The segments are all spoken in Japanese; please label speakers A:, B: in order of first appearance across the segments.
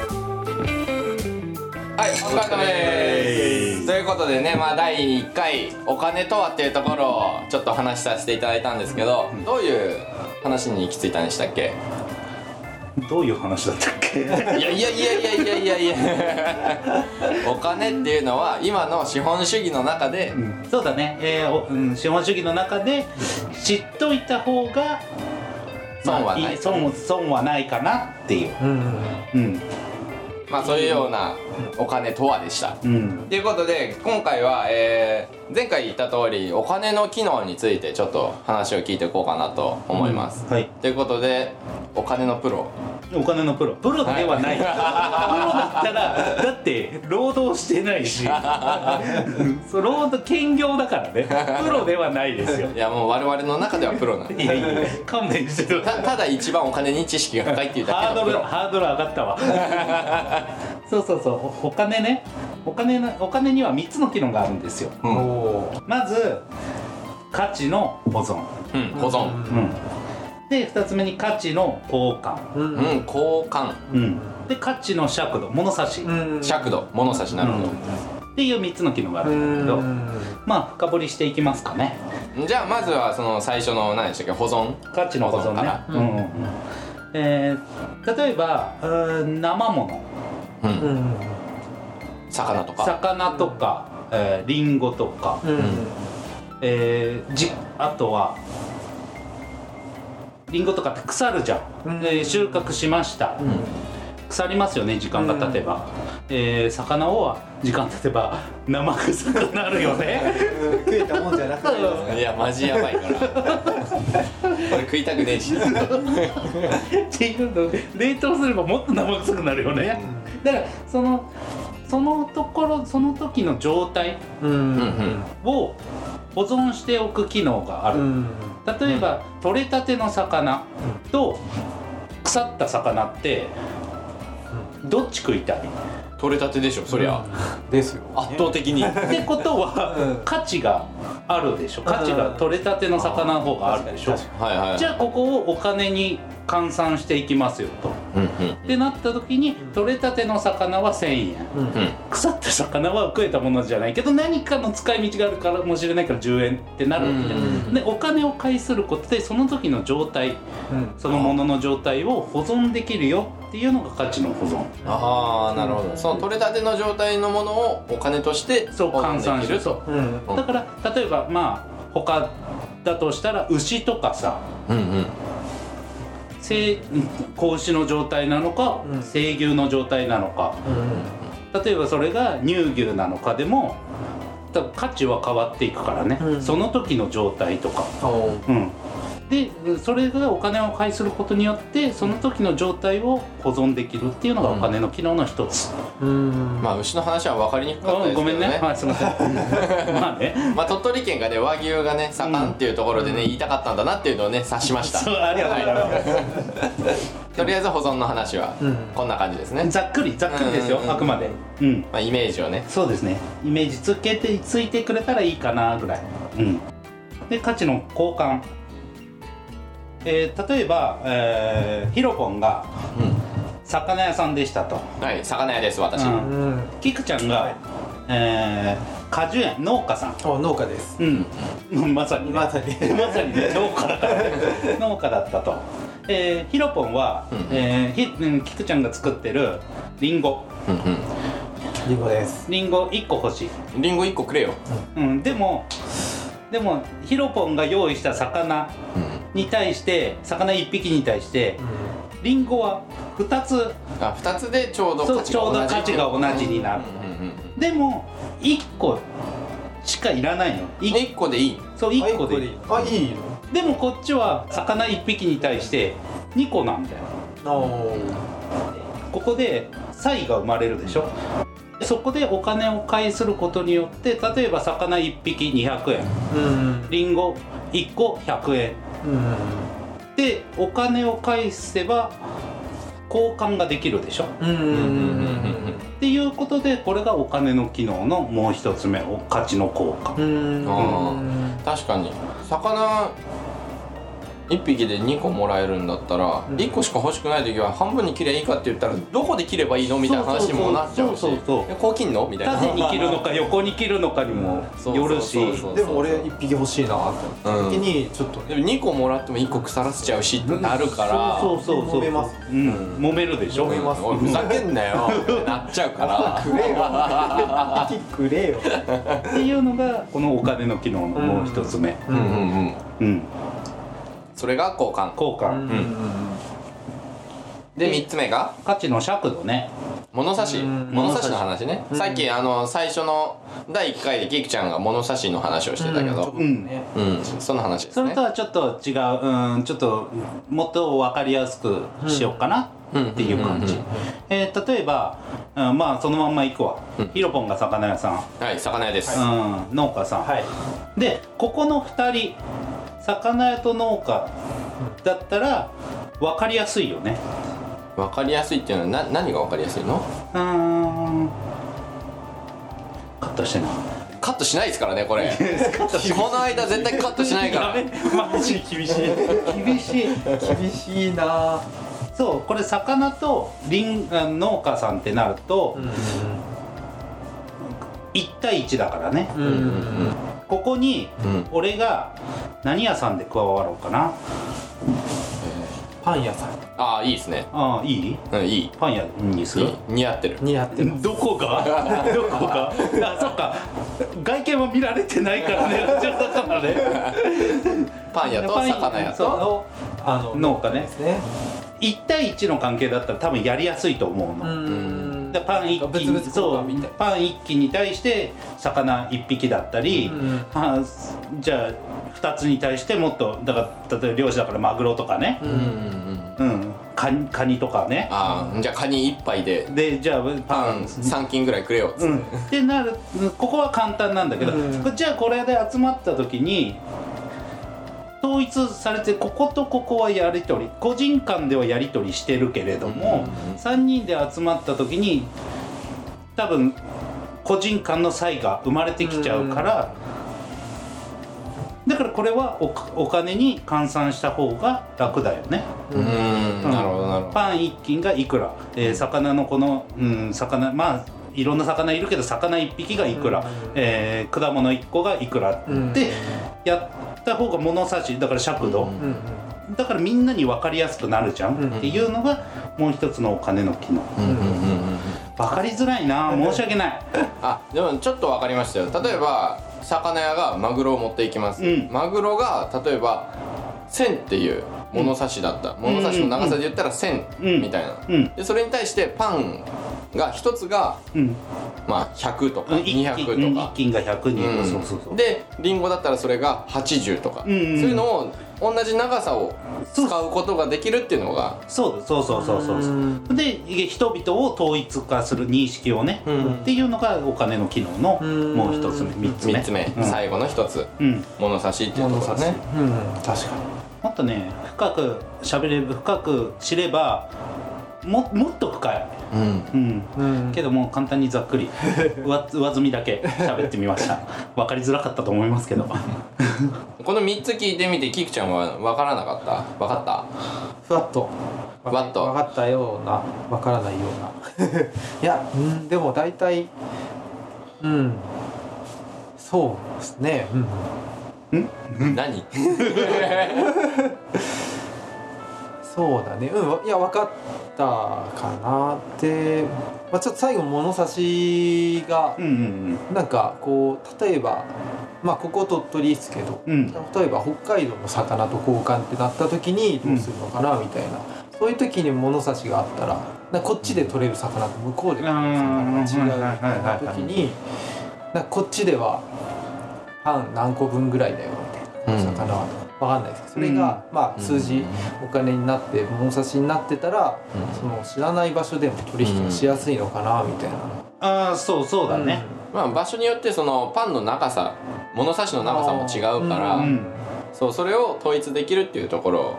A: はい、お疲れ様です。ということでね、まあ第1回お金とはっていうところをちょっと話させていただいたんですけど、どういう話に行き着いたんでしたっけ？
B: どういう話だったっけ
A: いやいやいやいやいやいやいや。 お金っていうのは今の資本主義の中で、
C: そうだね、えーおうん、資本主義の中で知っといた方がまあ
A: 損はない
C: 損を損はないかなっていううん
A: まあそういうようなお金とはでした。
C: うん
A: ということで今回は、えー前回言った通りお金の機能についてちょっと話を聞いていこうかなと思います、
C: はい
A: ということでお金のプロ
C: お金のプロプロではない、プロだったらだって労働してない しそう労働兼業だからねプロではないですよ
A: いやもう我々の中ではプロなん で
C: いやいや勘弁してください
A: たただ一番お金に知識が深いっていうだ
C: ハー
A: けの
C: ド
A: プ
C: ル
A: ロ
C: ハードル上がったわ そうそうそうおお金ねお金のお金には3つの機能があるんですよ
A: うんうん
C: まず価値の保存、
A: 保存
C: うん、で2つ目に価値の交換、
A: うん交換
C: うん、で価値の尺度物差し、
A: 尺度物差しなるほど、
C: っていう3つの機能があるんだけどまあ深掘りしていきますかね
A: じゃあまずはその最初の何でしたっけ保存
C: 価値の保存
A: 保存か
C: ね
A: な、
C: うんうんうんえー例えばうーん生物
A: うん魚とか
C: 魚とか、えー、リンゴとか、えーじあとはリンゴとかって腐るじゃん、
D: うん
C: で収穫しました、腐りますよね時間が経てば、えー魚は時間経てば生臭くなるよね
D: 食えたもんじゃなくて
A: いやマジやばいから 俺食いたくねえし
C: っていうの冷凍すればもっと生臭くなるよね、だからそのそのところその時の状態を保存しておく機能がある、例えば、取れたての魚と腐った魚ってどっち食い たいっ
A: 取れたてでしょそりゃ、
D: ですよ
A: 圧倒的に
C: てこと
D: うん
C: は価値があるでしょ価値が取れたての魚の方があるでしょ
A: はいはい
C: じゃあここをお金に換算していきますよと。
A: うんうん
C: ってなった時に取れたての魚は1,000円
A: うん
C: 腐った魚は食えたものじゃないけど何かの使い道があるからもしれないから10円ってなるわけじゃ
A: うん
C: んでお金を介することでその時の状態そのものの状態を保存できるよっていうのが価値の保存
A: ああなるほどその取れたての状態のものをお金として
C: そう換算して
A: ると
C: そうんだから例えばまあ他だとしたら牛とかさ
A: うんうん
C: 生子牛の状態なのか
D: うん
C: 生牛の状態なのか例えばそれが乳牛なのかでも多分価値は変わっていくからね、
D: うん
C: その時の状態とか、うん、でそれがお金を介することによってその時の状態を保存できるっていうのがお金の機能の一つ、
A: まあ牛の話は分かりにくかった
C: う
A: で
C: ん、
A: す
C: ご
A: け
C: め
A: ど
C: んね、
A: ね
C: はい、すいません まあね
A: まあ鳥取県がね和牛がね盛んっていうところでね言いたかったんだなっていうのをね察しまし
C: そう
A: た
C: ありがとうございます、
A: とりあえず保存の話は
D: うん
A: こんな感じですね
C: ざっくりざっくりですよ、
A: うんうんうん
C: あくまでうん
A: まあイメージをね
C: そうですねイメージつけてついてくれたらいいかなぐらい、うん、で価値の交換、えー例えば、えーヒロポンが魚屋さんでしたと、
A: はい魚屋です私
C: うんキクちゃんが、えー果樹園農家さん、
D: 農家です
C: うん、まさにね、
D: まさに
C: まさにね農家だからね農家だったと、えーヒロポンは、
A: うん
C: えーひうんキクちゃんが作ってるリンゴ
A: うん
D: りんごです
C: リンゴ1個欲しい
A: うんリンゴ1個くれよ
C: うん、でもでもヒロポンが用意した魚
A: うん
C: に対して魚1匹に対してリンゴは2つ
A: あ2つでちょうど
C: そうちょうど価値が同じになる
A: うんうんうん
C: でも1個しかいらないのい
A: 1個でいい
C: そう1個でいい
D: あいい
C: でもこっちは魚1匹に対して2個なんだよ
D: の
C: ここで差異が生まれるでしょそこでお金を介することによって例えば魚1匹200円
D: うん
C: リンゴ1個100円でお金を返せば交換ができるでしょ
D: うんうん
A: うんうん
C: っていうことでこれがお金の機能のもう一つ目お価値の交換
D: うんうん
A: 確かに魚1匹で2個もらえるんだったら
D: うん
A: 1個しか欲しくない時は半分に切ればいいかって言ったらどこで切ればいいのみたいな話にもなっちゃうし
C: そうそうそう
A: えこう切んのみたいな
C: 縦に切るのか横に切るのかにも
A: そう
C: よるし
A: そうそうそう
D: でも俺一匹欲しいなって思った時にちょっとね
A: でも2個もらっても1個腐らせちゃうしってなるから
C: そうそうそうそう
D: 揉めます
C: うん、揉めるでしょ
D: 揉めます
A: おいふざけんなよってなっちゃうから
D: くれよ一匹くれよ
C: っていうのがこのお金の機能のもう一つ目、
A: うんうんうん
C: うん、
A: それが交換
C: 効
D: う
C: 果、
D: んうん
A: で3つ目が
C: 価値の尺度ね
A: 物差し
D: うん
A: 物差しの話ね
D: ん
A: さっきあの最初の第1回でキクちゃんが物差しの話をしてたけど
D: うんうんね
A: うんその話です
C: それ
A: ね
C: とはちょっと違う、うん、ちょっともっと分かりやすくしようかなっていう感じ
A: うんうん
C: えー例えば、うん、まあそのまんま行くわ、ヒロポンが魚屋さん、
A: はい魚屋です
C: うん、農家さん、
D: はい
C: でここの2人魚屋と農家だったら分かりやすいよね
A: 分かりやすいっていうのはな何が分かりやすいの
C: うーんカットしてな
A: カットしないですからねこれ
C: カット
A: この間絶対カットしない から
C: マジ厳 しい厳しい
D: 厳しいな
C: そうこれ魚とりんあ農家さんってなると、1対1だからね
D: うんうん
C: ここに
A: うん
C: 俺が何屋さんで加わろうかな
D: パン屋さん
A: ああいいですね
C: ああいい
A: うんいい
C: パン屋にす
A: い
C: る
A: い似合ってる
D: 似合ってます
C: ど こがどこがあそっか外見は見られてないから ねラジオだからね
A: パン屋と
C: パン屋
A: 魚屋
C: そう
A: と
D: のあの
C: 農家ね
D: ですね
C: 1対1の関係だったら多分やりやすいと思うの、
D: ん
C: でパン一
D: 物
C: 斤
D: 々交
C: そ
D: 換みたいう
C: パン一斤に対して魚一匹だったり、
D: うん
C: はじゃあ2つに対してもっとだから例えば漁師だからマグロとかね、
A: うんうんうん
C: うん、カニカニとかね
A: ああじゃあカニ1杯で
C: でじゃあパ
A: パン
C: ン
A: 3斤ぐらいくれよっつって
C: うん、ってなるここは簡単なんだけど、
D: うん
C: じゃあこれで集まった時に統一されてこことここはやり取り個人間ではやり取りしてるけれども、
A: うん
C: 3人で集まった時に多分個人間の差異が生まれてきちゃうから、だからこれはおお金に換算した方が楽だよね。
A: うーんなるほどなるほど
C: パン1斤がいくら、えー魚のこの、うん、魚まあいろんな魚いるけど魚1匹がいくら、
D: うん
C: えー果物1個がいくら
D: うん
C: ってやった方が物差しだから尺度、
D: うん
C: だからみんなに分かりやすくなるじゃん、
D: うん
C: っていうのがもう一つのお金の機能
A: うんうんうんうん
C: 分かりづらいな申し訳ない
A: あでもちょっと分かりましたよ例えば魚屋がマグロを持っていきます、
C: うん
A: マグロが例えば1000っていう物差しだった、物差しの長さで言ったら
C: う
A: 1000
C: ん
A: みたいな、
C: うん
A: でそれに対してパンが1つが
C: うん
A: まあ100とか
C: 1斤
A: 200とか
C: 1、斤が100に、
A: うん
C: そうそうそう
A: でリンゴだったらそれが80とか、
C: うんうん
A: そういうのを同じ長さを使うことができるっていうのが
C: そうそうそうそうそう
D: う
C: そうで人々を統一化する認識をね、っていうのがお金の機能の
D: うん
C: もう一つ目三つ目
A: 3つ目、
C: うん
A: 最後の1つ
C: うん
A: 物差しっていうところですね
D: うん確か
C: もっとね深く喋れば深く知ればももっと深い、
A: うん
C: うん、
D: にうん
C: けどもう簡単にざっくり上上積みだけ喋ってみました 分かりづらかったと思いますけど
A: この3つ聞いてみてキクちゃんは分からなかった分かった
D: ふわっと
A: ふわっと
D: 分かったような分からないようないやうんでも大体うんそうですねうん
A: 何
D: そうだねうんいや分かったかなって、まあ、ちょっと最後物差しが
C: うんうん
D: なんかこう例えばまあここ鳥取ですけど
C: うんうん
D: 例えば北海道の魚と交換ってなった時にどうするのかなみたいな、そういう時に物差しがあったらなんかこっちで取れる魚と向こうで取れる魚が違うみたいな時になんかこっちでは半何個分ぐらいだよみたいな
A: うん
D: 魚は分かんないですけどそれがまあ数字お金になって物差しになってたら
A: うん
D: その知らない場所でも取引がしやすいのかなみたいな。
C: ああそうそうだね、
A: まあ場所によってそのパンの長さ物差しの長さも違うから、
D: あー
C: う
D: うん
A: そうそれを統一できるっていうところ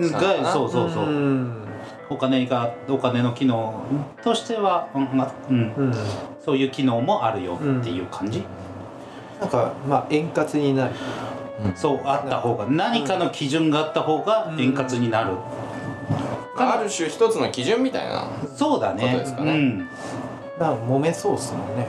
A: そうだ
C: が
A: な
C: そうそうそう、
D: ん
C: お金がお金の機能としては、うんまうん、
D: うん
C: そういう機能もあるよっていう感じ、
D: なんかまあ円滑になる
A: うん
C: そうあった方が何かの基準があった方が円滑になる、
A: ある種一つの基準みたいな
C: そうだね
A: そうですかね
C: うん、
D: だから揉めそうっすもんね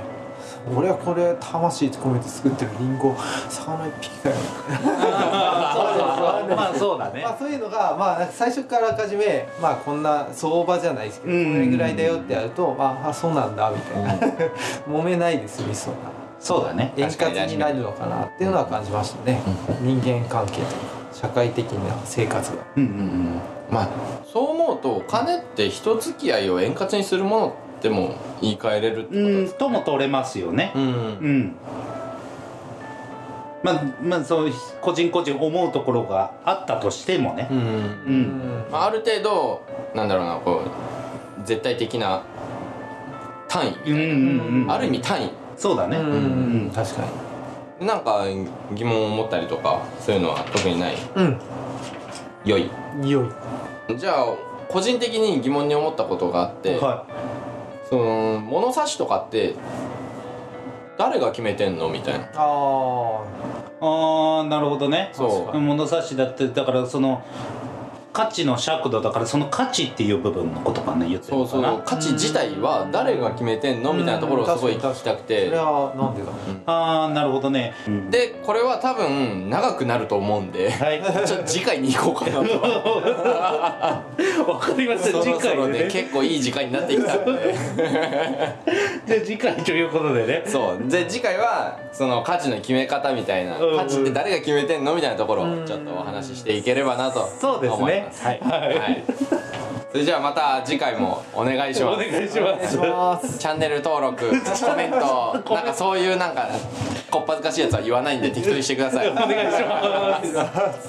D: 俺はこれ魂込めて作ってるリンゴ魚一匹かよ
C: あーそうそうそうまあそうだね
D: まあ、そういうのが、まあ、最初からあらかじめ、まあ、こんな相場じゃないですけど、
C: うん
D: これぐらいだよってやると、ああそうなんだみたいな、 揉めないで済みそうな
C: そうだね
D: 円
A: 確かに
D: 滑になるのかなっていうのは感じましたね、人間関係というか社会的な生活が
C: うんうんうん
A: まあそう思うとお金って人付き合いを円滑にするものっても言い換えれるってこと
C: う
A: で
C: ん
A: すか
C: とも取れますよね
A: うん
C: うんまあまあそう個人個人思うところがあったとしてもね
A: うん
C: うん、
A: まあ、ある程度なんだろうなこう絶対的な単位みたい
C: う
A: な、
C: んうんうん
A: ある意味単位
C: そうだね、
D: うん
C: うん
D: 確かに
A: なんか疑問を持ったりとかそういうのは特にない良い
D: うんいよいよ
A: じゃあ個人的に疑問に思ったことがあって、
C: は
A: その物差しとかって誰が決めてんのみたいな
D: あ
C: い、ああなるほどね
A: そう
C: 物差しだってだからその価値の尺度だからその価値っていう部分のことかね言って
A: そ
C: るの
A: う
C: か
A: そ
C: な
A: う価値自体は誰が決めてんのみたいなところをすごい聞きたく
D: あそ
A: て
D: れはなんでだろう
C: ああなるほどね、うん
A: でこれは多分長くなると思うんで
C: はい
A: ちょっと次回に行こうかなと。
C: わかりまし
A: そ
C: た
A: ろ
C: 次
A: そ
C: 回
A: ろ
C: で
A: ね
C: ね
A: 結構いい時間になってきたんで
C: じゃあ次回ということでね
A: そうで次回はその価値の決め方みたいな
C: うんうん
A: 価値って誰が決めてんのみたいなところをちょっとお話ししていければなと
C: そうです
A: 思い
C: ね
A: ます
C: はい、
A: はい、それじゃあまた次回もお願いし
C: お
A: ま
C: 願
A: す
C: いします
D: お願いします
A: チャンネル登録コメントなんかそういうなんかこっぱずかしいやつは言わないんで適当にしてください
C: お願いします